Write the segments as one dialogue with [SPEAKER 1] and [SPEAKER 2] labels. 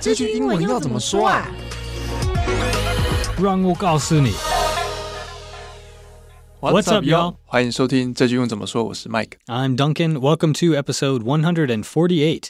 [SPEAKER 1] 这句英文要怎么说啊？
[SPEAKER 2] 让我告诉你，What's up, y'all？
[SPEAKER 3] 欢迎收听这句用怎么说，我是 Mike。
[SPEAKER 2] I'm Duncan. Welcome to episode 148.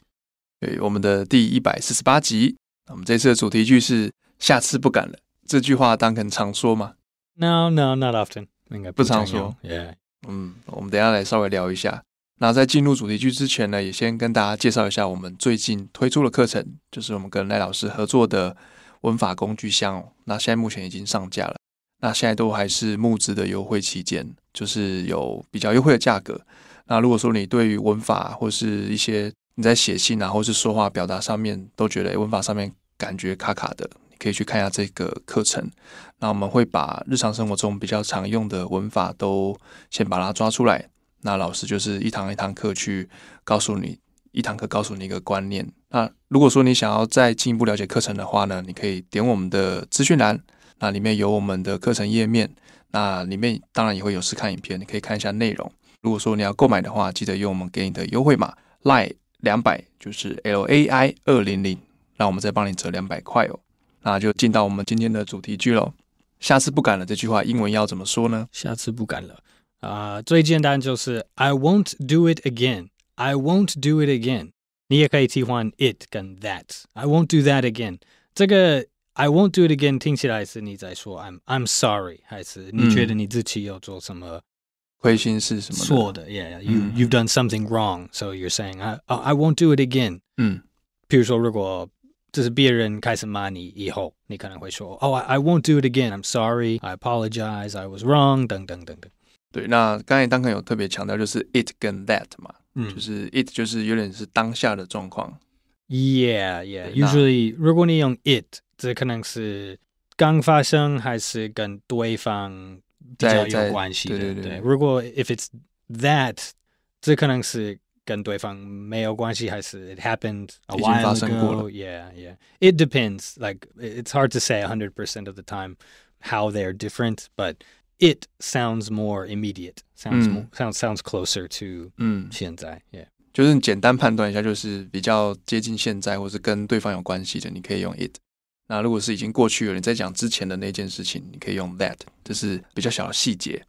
[SPEAKER 3] 对，我们的第一百四十八集，那我们这次的主题句是“下次不敢了”。这句话当肯常说嘛，
[SPEAKER 2] No, no, not often.
[SPEAKER 3] 不常说。
[SPEAKER 2] Yeah.
[SPEAKER 3] 嗯，我们等一下来稍微聊一下。那在进入主题句之前呢，也先跟大家介绍一下我们最近推出的课程，就是我们跟赖老师合作的文法工具箱哦。那现在目前已经上架了，那现在都还是募资的优惠期间，就是有比较优惠的价格。那如果说你对于文法或是一些你在写信啊，或是说话表达上面都觉得诶哎文法上面感觉卡卡的，你可以去看一下这个课程。那我们会把日常生活中比较常用的文法都先把它抓出来。那老师就是一堂一堂课去告诉你，一堂课告诉你一个观念。那如果说你想要再进一步了解课程的话呢，你可以点我们的资讯栏，那里面有我们的课程页面，那里面当然也会有试看影片，你可以看一下内容。如果说你要购买的话，记得用我们给你的优惠码 LAI 两百，就是 L A I 二零零，让我们再帮你折两百块哦。那就进到我们今天的主题句喽。下次不敢了这句话英文要怎么说呢？
[SPEAKER 2] Ah, 下次不敢了。啊、uh,，最简单就是 I won't do it again. I won't do it again. 你也可以替换 it 跟 that. I won't do that again. 这个 I won't do it again 听起来是你在说 I'm I'm sorry 还是你觉得你自己有做什么？
[SPEAKER 3] 亏心事什么的？
[SPEAKER 2] 错的, yeah, you,
[SPEAKER 3] Mm.
[SPEAKER 2] you've done something wrong. So you're saying, I, oh, I won't do it again.
[SPEAKER 3] 嗯，
[SPEAKER 2] 比如说，如果这是别人开始骂你以后，你可能会说 Oh, I, I won't do it again. I'm sorry. I apologize. I was wrong. 等等等等。
[SPEAKER 3] 对。那刚才当肯有特别强调，就是 it 跟 that 嘛，
[SPEAKER 2] 嗯，
[SPEAKER 3] 就是 it 就是有点是当下的状况，
[SPEAKER 2] Yeah, yeah.
[SPEAKER 3] 对，那-
[SPEAKER 2] Usually, 如果你用 it, 这可能是刚发生还是跟对方比较
[SPEAKER 3] 在-在-
[SPEAKER 2] 有关系的，
[SPEAKER 3] 对，对，对。
[SPEAKER 2] 对。如果 if it's that, 这可能是跟对方没有关系，还是 it happened a
[SPEAKER 3] 已经
[SPEAKER 2] while
[SPEAKER 3] 发生过了。
[SPEAKER 2] ago. Yeah, yeah. It depends. Like it's hard to say 100% of the time how they're different, but it sounds more immediate. Sounds
[SPEAKER 3] 嗯。
[SPEAKER 2] more, sounds sounds closer to
[SPEAKER 3] 嗯，
[SPEAKER 2] 现在. Yeah.
[SPEAKER 3] 就是你简单判断一下，就是比较接近现在或是跟对方有关系的，你可以用 it。那如果是已经过去了，你在讲之前的那件事情，你可以用 that，这是比较小的细节。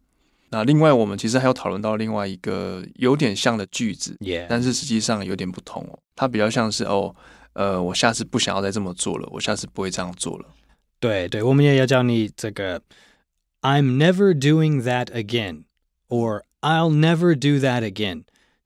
[SPEAKER 3] 那另外，我们其实还有讨论到另外一个有点像的句子，
[SPEAKER 2] Yeah.
[SPEAKER 3] 但是实际上有点不同哦，它比较像是哦，呃，我下次不想要再这么做了，我下次不会这样做了。
[SPEAKER 2] 对对，我们也要教你这个 "I'm never doing that again" or "I'll never do that again."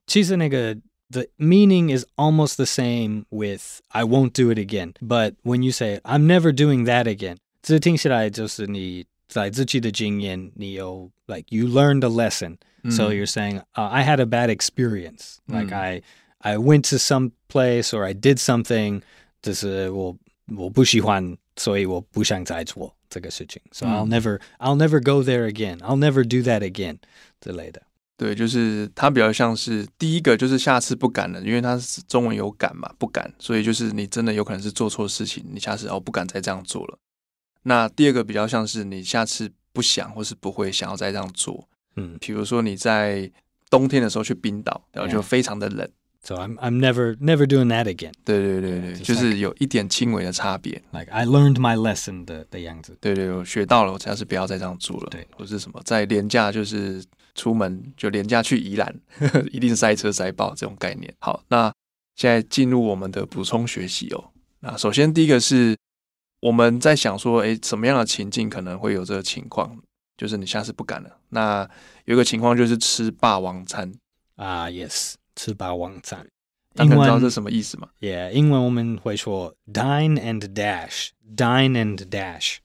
[SPEAKER 2] 其实那个 the meaning is almost the same with "I won't do it again," but when you say "I'm never doing that again," 这听起来就是你在自己的经验，你有 like you learned a lesson. So
[SPEAKER 3] 嗯
[SPEAKER 2] you're saying uh, I had a bad experience. Like
[SPEAKER 3] Mm.
[SPEAKER 2] I I went to some place or I did something. uh, This will So I'll
[SPEAKER 3] Mm.
[SPEAKER 2] never I'll never go there again. I'll never do that again. 之类的。
[SPEAKER 3] 对，就是它比较像是第一个，就是下次不敢了，因为它是中文有敢嘛，不敢，所以就是你真的有可能是做错事情，你下次哦不敢再这样做了。那第二个比较像是你下次不想或是不会想要再这样做，
[SPEAKER 2] 嗯，
[SPEAKER 3] 比如说你在冬天的时候去冰岛，然后就
[SPEAKER 2] Yeah.
[SPEAKER 3] 非常的冷，
[SPEAKER 2] So I'm I'm never never doing that again.
[SPEAKER 3] 对对对对，
[SPEAKER 2] Just
[SPEAKER 3] 就是有一点轻微的差别，
[SPEAKER 2] Like I learned my lesson 的的样子。
[SPEAKER 3] 对对，我学到了，我下次不要再这样做了，
[SPEAKER 2] 对
[SPEAKER 3] 或是什么，在廉价就是出门就廉价去宜兰， 一定塞车塞爆这种概念。好，那现在进入我们的补充学习哦。那首先第一个是我们在想说，诶，什么样的情境可能会有这个情况？就是你下次不敢了。那有一个情况就是吃霸王餐，
[SPEAKER 2] Ah yes. 吃饱晚餐。
[SPEAKER 3] 大家可能知道
[SPEAKER 2] 英文
[SPEAKER 3] 这是什么意思吗？
[SPEAKER 2] Yeah, 英文我们会说 dine and dash, dine and dash.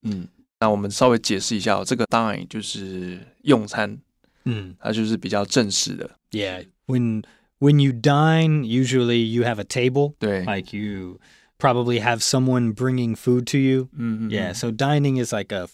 [SPEAKER 3] 嗯，那我们稍微解释一下、哦，这个 dine 就是用餐，
[SPEAKER 2] 嗯。
[SPEAKER 3] 它就是比较正式的，
[SPEAKER 2] Yeah. When when you dine, usually you have a table.
[SPEAKER 3] 对，
[SPEAKER 2] Like you probably have someone bringing food to you.
[SPEAKER 3] 嗯
[SPEAKER 2] Yeah. So dining is like a f-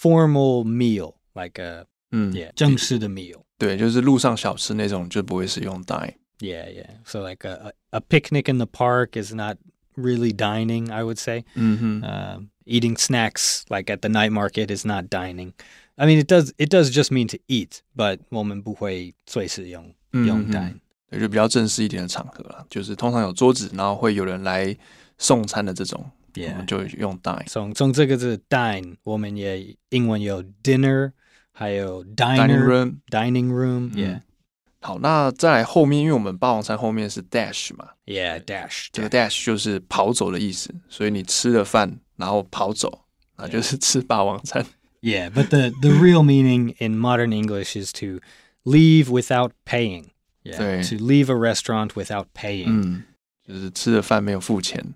[SPEAKER 2] formal meal, like a
[SPEAKER 3] 嗯
[SPEAKER 2] yeah, 正式的 meal.
[SPEAKER 3] 对，就是路上小吃那种就不会使用 dine。
[SPEAKER 2] Yeah, yeah. So like a a a picnic in the park is not really dining, I would say.
[SPEAKER 3] 嗯哼，
[SPEAKER 2] Um, eating snacks like at the night market is not dining. I mean, it does it does just mean to eat, but 我们不会随时用-
[SPEAKER 3] 嗯，
[SPEAKER 2] 用
[SPEAKER 3] 嗯，嗯。
[SPEAKER 2] dine.
[SPEAKER 3] 对，就比较正式一点的场合啦，就是通常有桌子，然后会有人来送餐的这种，我
[SPEAKER 2] Yeah.
[SPEAKER 3] 们就用 dine。
[SPEAKER 2] 从从这个字 dine，我们也英文有 dinner，还有
[SPEAKER 3] dining
[SPEAKER 2] diner
[SPEAKER 3] room。
[SPEAKER 2] dining room，yeah
[SPEAKER 3] 嗯好，那再来后面，因为我们霸王餐后面是 dash 嘛，
[SPEAKER 2] yeah dash
[SPEAKER 3] 这个
[SPEAKER 2] dash
[SPEAKER 3] dash 就是跑走的意思，所以你吃了饭然后跑走，那就是吃霸王餐。
[SPEAKER 2] yeah but the the real meaning in modern English is to leave without paying yeah
[SPEAKER 3] 对
[SPEAKER 2] to leave a restaurant without paying
[SPEAKER 3] 嗯，就是吃了饭没有付钱。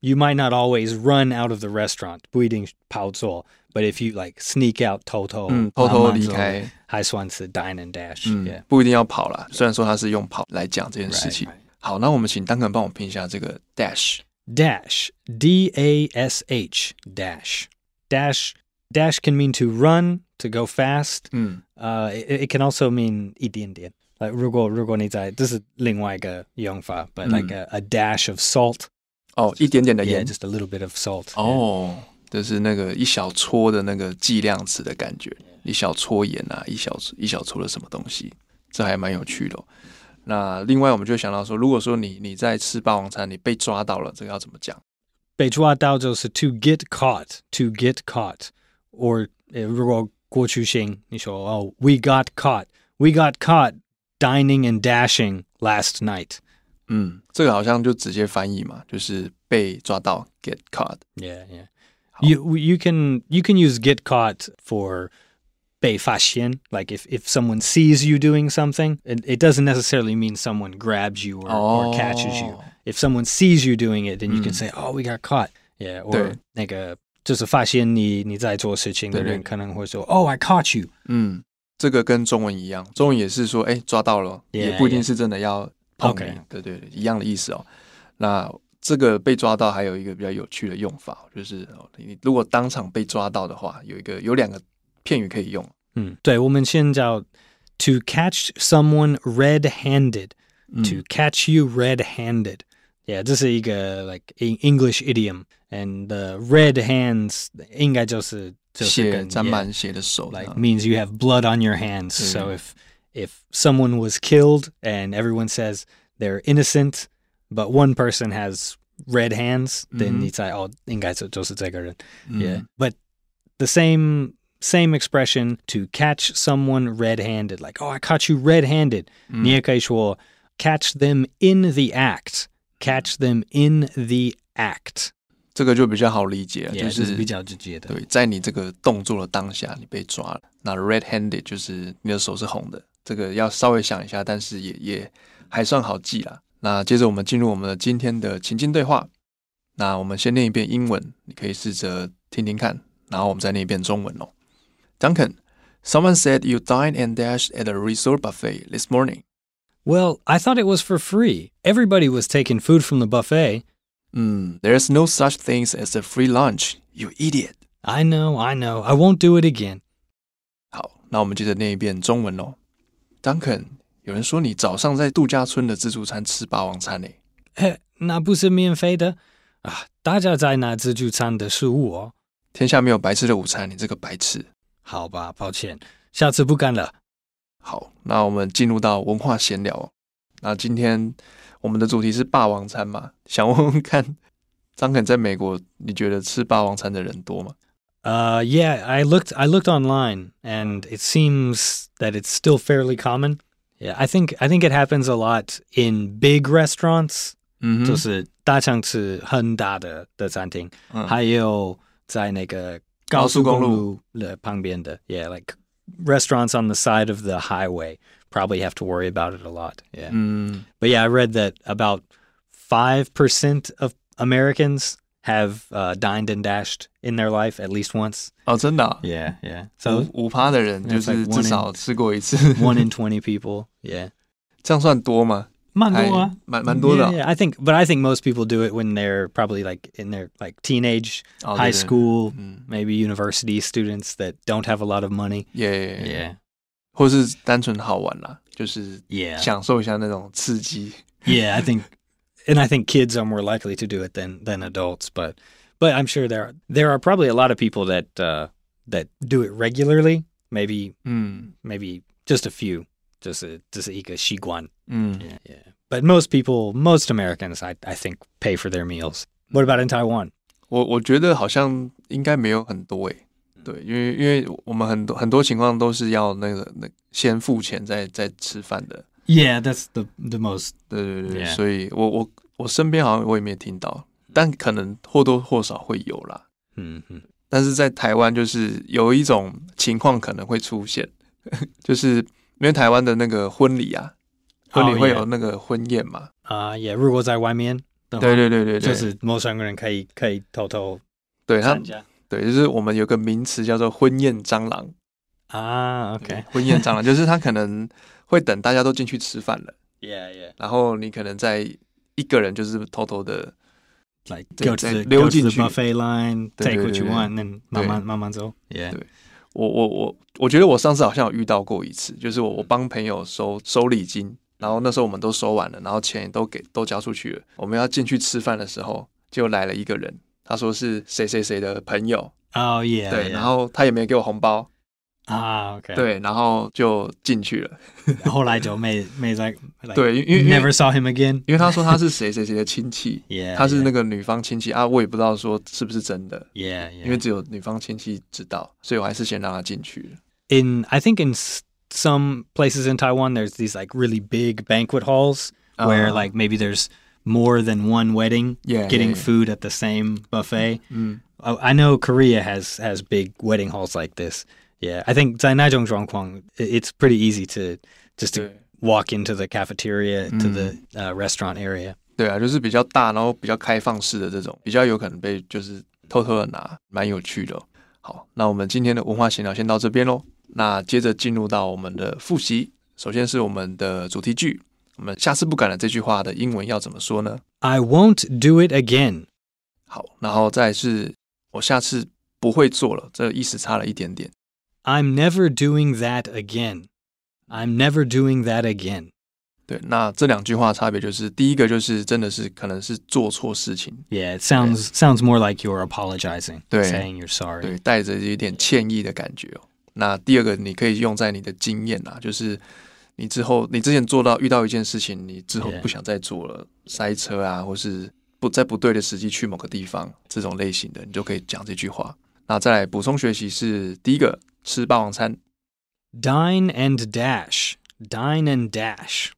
[SPEAKER 2] you might not always run out of the restaurant 不一定跑错 but if you like sneak out 偷偷
[SPEAKER 3] 嗯，偷偷离开，
[SPEAKER 2] 还算是 dine and dash
[SPEAKER 3] 嗯
[SPEAKER 2] yeah，
[SPEAKER 3] 不一定要跑啦。虽然说他是用跑来讲这件事情
[SPEAKER 2] Right,。
[SPEAKER 3] 好，那我们请丹肯帮我拼一下这个 dash。
[SPEAKER 2] dash d a s h dash dash dash can mean to run to go fast
[SPEAKER 3] 嗯
[SPEAKER 2] uh it, it can also mean 一点点 like 如果如果你在 this is 另外一个用法 but like a, a dash of salt
[SPEAKER 3] 哦，一点点的
[SPEAKER 2] yeah
[SPEAKER 3] 盐。
[SPEAKER 2] just a little bit of salt
[SPEAKER 3] Oh. 哦，就是那个一小撮的那个计量词的感觉，一小撮盐啊，一小一小撮的什么东西，这还蛮有趣的哦、那另外我们就想到说，如果说你你在吃霸王餐，你被抓到了，这个要怎么讲？
[SPEAKER 2] 被抓到就是 to get caught to get caught or 如果过去型你说 oh we got caught we got caught dining and dashing last night
[SPEAKER 3] 嗯，这个好像就直接翻译嘛，就是被抓到 get caught。
[SPEAKER 2] yeah yeah
[SPEAKER 3] 好
[SPEAKER 2] You you can you can use get caught for 被发现 like if if someone sees you doing something it, it doesn't necessarily mean someone grabs you or, or catches you
[SPEAKER 3] 哦
[SPEAKER 2] if someone sees you doing it then you can
[SPEAKER 3] 嗯。
[SPEAKER 2] say oh we got caught yeah
[SPEAKER 3] 对。
[SPEAKER 2] or 那个就是发现你你在做事情的人
[SPEAKER 3] 对，对，对。
[SPEAKER 2] 可能会说 oh I caught you
[SPEAKER 3] 嗯，这个跟中文一样，中文也是说，哎、抓到了
[SPEAKER 2] Yeah,
[SPEAKER 3] 也不一定是真的要碰你
[SPEAKER 2] OK
[SPEAKER 3] 对对对，一样的意思哦。那这个被抓到还有一个比较有趣的用法，就是哦你如果当场被抓到的话，有一个有两个片语可以用，
[SPEAKER 2] 嗯，对，我们先叫 to catch someone red-handed
[SPEAKER 3] 嗯
[SPEAKER 2] to catch you red-handed. Yeah, this is a like en- English idiom, and the red hands 应该就是-就是
[SPEAKER 3] 血
[SPEAKER 2] 跟-
[SPEAKER 3] 沾
[SPEAKER 2] yeah,
[SPEAKER 3] 满 Hmm. 血的手这样，
[SPEAKER 2] like means you have blood on your hands. So if if someone was killed and everyone says they're innocent, but one person has red hands, then oh,
[SPEAKER 3] 嗯哼。
[SPEAKER 2] 你猜哦，应该就就是这个人。
[SPEAKER 3] 嗯
[SPEAKER 2] Yeah. Mm. But the same same expression to catch someone red-handed, like oh, I caught you red-handed. 你也可以说 catch them in the act, catch them in the act.
[SPEAKER 3] 这个就比较好理解了
[SPEAKER 2] Yeah,
[SPEAKER 3] 就
[SPEAKER 2] 这是
[SPEAKER 3] 是
[SPEAKER 2] 比较直接的。
[SPEAKER 3] 对，在你这个动作的当下，你被抓了。那 red-handed 就是你的手是红的，这个要稍微想一下，但是也也还算好记啦。那接着我们进入我们的今天的情境对话。那我们先念一遍英文，你可以试着听听看，然后我们再念一遍中文哦。Duncan, someone said you dined and dashed at a resort buffet this morning.
[SPEAKER 2] Well, I thought it was for free. Everybody was taking food from the buffet.
[SPEAKER 3] Hmm, there's no such things as a free lunch, you idiot.
[SPEAKER 2] I know, I know. I won't do it again.
[SPEAKER 3] 好，那我们接着念一遍中文喽。Duncan，有人说你早上在度假村的自助餐吃霸王餐诶，
[SPEAKER 2] Eh, Ah, 那不是免费的。啊，大家在拿自助餐的食物哦。
[SPEAKER 3] 天下没有白吃的午餐，你这个白痴。
[SPEAKER 2] 好吧，抱歉，下次不敢了。
[SPEAKER 3] 好，那我们进入到文化闲聊哦。那今天我们的主题是霸王餐嘛，想问问看，张肯在美国，你觉得吃霸王餐的人多吗？
[SPEAKER 2] Uh, yeah, I looked. I looked online, and it seems that it's still fairly common. Yeah, I think I think it happens a lot in big restaurants，、
[SPEAKER 3] 嗯哼，
[SPEAKER 2] 就是大城市很大的的餐厅，
[SPEAKER 3] 嗯。
[SPEAKER 2] 还有在那个高速公路的旁边的，yeah, like restaurants on the side of the highway probably have to worry about it a lot. Yeah,
[SPEAKER 3] 嗯，
[SPEAKER 2] but yeah, I read that about five percent of Americans have uh, dined and dashed in their life at least once.
[SPEAKER 3] 哦，真的啊、
[SPEAKER 2] Yeah, yeah.
[SPEAKER 3] 五
[SPEAKER 2] So
[SPEAKER 3] 五趴的人
[SPEAKER 2] That's
[SPEAKER 3] 就是
[SPEAKER 2] like
[SPEAKER 3] 至
[SPEAKER 2] one in-
[SPEAKER 3] 少吃过一次，
[SPEAKER 2] one in twenty people. Yeah.
[SPEAKER 3] 这样算多啊吗？还蛮蛮多的哦
[SPEAKER 2] Yeah, yeah, I think, but I think most people do it when they're probably like in their like teenage,
[SPEAKER 3] 哦。
[SPEAKER 2] high
[SPEAKER 3] 对对
[SPEAKER 2] school,
[SPEAKER 3] 嗯
[SPEAKER 2] maybe university students that don't have a lot of money.
[SPEAKER 3] 耶，或是单纯好玩啦，就是
[SPEAKER 2] yeah,
[SPEAKER 3] 享受一下那种刺激。
[SPEAKER 2] yeah. I think, and I think kids are more likely to do it than than adults. But but I'm sure there there are probably a lot of people that uh, that do it regularly. Maybe
[SPEAKER 3] 嗯
[SPEAKER 2] maybe just a few, just a just a 一个习惯。
[SPEAKER 3] 嗯
[SPEAKER 2] Yeah. But most people, most Americans, I, I think, pay for their meals. What about in Taiwan?
[SPEAKER 3] 我我觉得好像应该没有很多诶、
[SPEAKER 2] 嗯
[SPEAKER 3] 对，因为因为我们很多很多情况都是要那个那先付钱再再吃饭的，
[SPEAKER 2] Yeah, that's the the most.
[SPEAKER 3] 对对对
[SPEAKER 2] Yeah
[SPEAKER 3] 所以我我我身边好像我也没听到，但可能或多或少会有啦。
[SPEAKER 2] 嗯嗯
[SPEAKER 3] 但是在台湾就是有一种情况可能会出现， 就是因为台湾的那个婚礼啊，婚礼
[SPEAKER 2] Oh,
[SPEAKER 3] 会
[SPEAKER 2] yeah
[SPEAKER 3] 有那个婚宴嘛，
[SPEAKER 2] 啊、也如果在外面的话，
[SPEAKER 3] 对对对对对，
[SPEAKER 2] 就是某三个人可以可以偷偷
[SPEAKER 3] 对他
[SPEAKER 2] 参加
[SPEAKER 3] 对，就是我们有个名词叫做婚宴蟑螂。
[SPEAKER 2] 啊。OK，
[SPEAKER 3] 婚宴蟑螂就是他可能会等大家都进去吃饭了，
[SPEAKER 2] yeah yeah，
[SPEAKER 3] 然后你可能在一个人就是偷偷的
[SPEAKER 2] like
[SPEAKER 3] 对
[SPEAKER 2] go to
[SPEAKER 3] 对
[SPEAKER 2] the,
[SPEAKER 3] 溜
[SPEAKER 2] go to
[SPEAKER 3] 进
[SPEAKER 2] the
[SPEAKER 3] 去
[SPEAKER 2] buffet line,
[SPEAKER 3] 对
[SPEAKER 2] take
[SPEAKER 3] 对
[SPEAKER 2] what
[SPEAKER 3] 对
[SPEAKER 2] you
[SPEAKER 3] 对
[SPEAKER 2] want, then 慢慢慢慢走。Yeah，
[SPEAKER 3] 对我我我，我觉得我上次好像有遇到过一次，就是我我帮朋友收收礼金，然后那时候我们都收完了，然后钱也都给都交出去了，我们要进去吃饭的时候，就来了一个人，他说是谁谁谁的朋友，
[SPEAKER 2] 哦 Oh, yeah，
[SPEAKER 3] 对，
[SPEAKER 2] yeah Ah,
[SPEAKER 3] 然后他也没有给我红包，
[SPEAKER 2] 啊 OK，，
[SPEAKER 3] 对，然后就进去了，
[SPEAKER 2] 后来就没没在，like,
[SPEAKER 3] 对，因为因为因
[SPEAKER 2] never
[SPEAKER 3] 为
[SPEAKER 2] saw him again。
[SPEAKER 3] 因为他说他是谁谁谁的亲戚，
[SPEAKER 2] Yeah，
[SPEAKER 3] 他是那个女方亲戚啊，我也不知道说是不是真的。
[SPEAKER 2] yeah yeah，
[SPEAKER 3] 因为只有女方亲戚知道，所以我还是先让他进去了。
[SPEAKER 2] in I think in s- some places in Taiwan there's these like really big banquet halls where
[SPEAKER 3] Uh-huh.
[SPEAKER 2] like maybe there's more than one wedding
[SPEAKER 3] Yeah,
[SPEAKER 2] getting
[SPEAKER 3] yeah, Mm. yeah.
[SPEAKER 2] food at the same buffet.
[SPEAKER 3] 嗯
[SPEAKER 2] I, I know Korea has has big wedding halls like this. Yeah, I think 在那种状况, i- it's pretty easy to just to
[SPEAKER 3] 对
[SPEAKER 2] walk into the cafeteria to
[SPEAKER 3] Mm.
[SPEAKER 2] the uh, restaurant area.
[SPEAKER 3] 对啊，就是比较大，然后比较开放式的这种，比较有可能被就是偷偷的拿，蛮有趣的哦、好，那我们今天的文化闲聊先到这边喽。那接着进入到我们的复习，首先是我们的主题句，我们下次不敢了这句话的英文要怎么说呢？
[SPEAKER 2] I won't do it again.
[SPEAKER 3] 好，然后再是我下次不会做了，这个意思差了一点点。
[SPEAKER 2] I'm never doing that again. I'm never doing that again.
[SPEAKER 3] 对，那这两句话差别就是，第一个就是真的是可能是做错事情，
[SPEAKER 2] Yeah, it sounds sounds more like you're apologizing,
[SPEAKER 3] 对。
[SPEAKER 2] saying you're sorry.
[SPEAKER 3] 对，带着一点歉意的感觉哦。那第二个，你可以用在你的经验啊，就是你之后你之前做到遇到一件事情，你之后
[SPEAKER 2] Yeah.
[SPEAKER 3] 不想再做了，塞车啊，或是不在不对的时机去某个地方，这种类型的，你就可以讲这句话。那再来补充学习是第一个，吃霸王餐。
[SPEAKER 2] Dine and dash, dine and dash.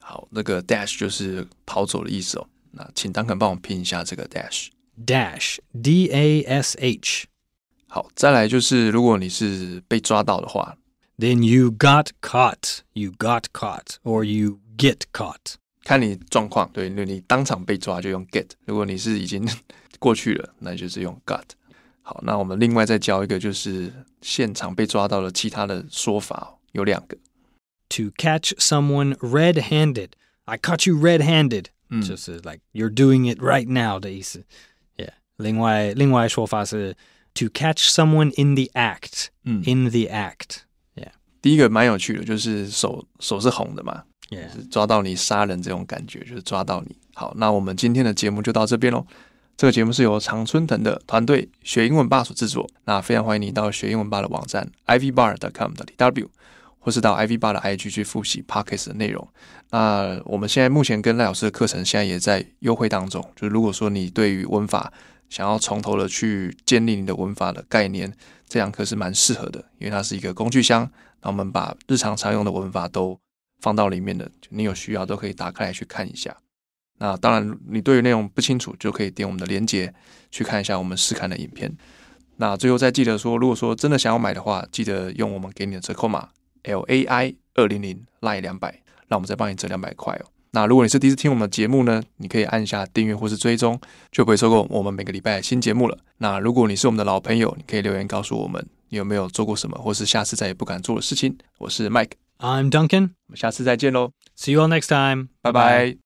[SPEAKER 3] 好，那个 dash 就是逃走的意思哦。那请丹肯帮我拼一下这个 dash。
[SPEAKER 2] Dash, D A S H.
[SPEAKER 3] 好，再来就是如果你是被抓到的话，
[SPEAKER 2] Then you got caught. You got caught or you get caught.
[SPEAKER 3] 看你状况，对，如果你当场被抓就用 get，如果你是已经 过去了，那就是用 got。好，那我们另外再教一个，就是现场被抓到的其他的说法哦、有两个，
[SPEAKER 2] To catch someone red-handed. I caught you red-handed.
[SPEAKER 3] 嗯，
[SPEAKER 2] Just uh, like you're doing it right now 的意思. Yeah. 另外另外说法是 to catch someone in the act.
[SPEAKER 3] 嗯
[SPEAKER 2] In the act.
[SPEAKER 3] 第一个蛮有趣的，就是手手是红的嘛，
[SPEAKER 2] Yeah.
[SPEAKER 3] 就是抓到你杀人这种感觉，就是抓到你。好，那我们今天的节目就到这边喽。这个节目是由常春藤的团队学英文吧所制作，那非常欢迎你到学英文吧的网站 ivbar.com 的 tw，或 E 是到 ivbar 的 IG 去复习 podcast 的内容。那我们现在目前跟赖老师的课程现在也在优惠当中，就是如果说你对于文法想要从头的去建立你的文法的概念，这堂课是蛮适合的，因为它是一个工具箱，那我们把日常常用的文法都放到里面的，就你有需要都可以打开来去看一下。那当然，你对于内容不清楚，就可以点我们的链接去看一下我们试看的影片。那最后再记得说，如果说真的想要买的话，记得用我们给你的折扣码 L A I 二零零 Line 两百，让我们再帮你折两百块哦。那如果你是第一次听我们的节目呢，你可以按下订阅或是追踪，就不会错过我们每个礼拜的新节目了。那如果你是我们的老朋友，你可以留言告诉我们你有没有做过什么，或是下次再也不敢做的事情。我是 Mike，
[SPEAKER 2] I'm Duncan.
[SPEAKER 3] 我们下次再见喽，
[SPEAKER 2] See you all next time.
[SPEAKER 3] 拜拜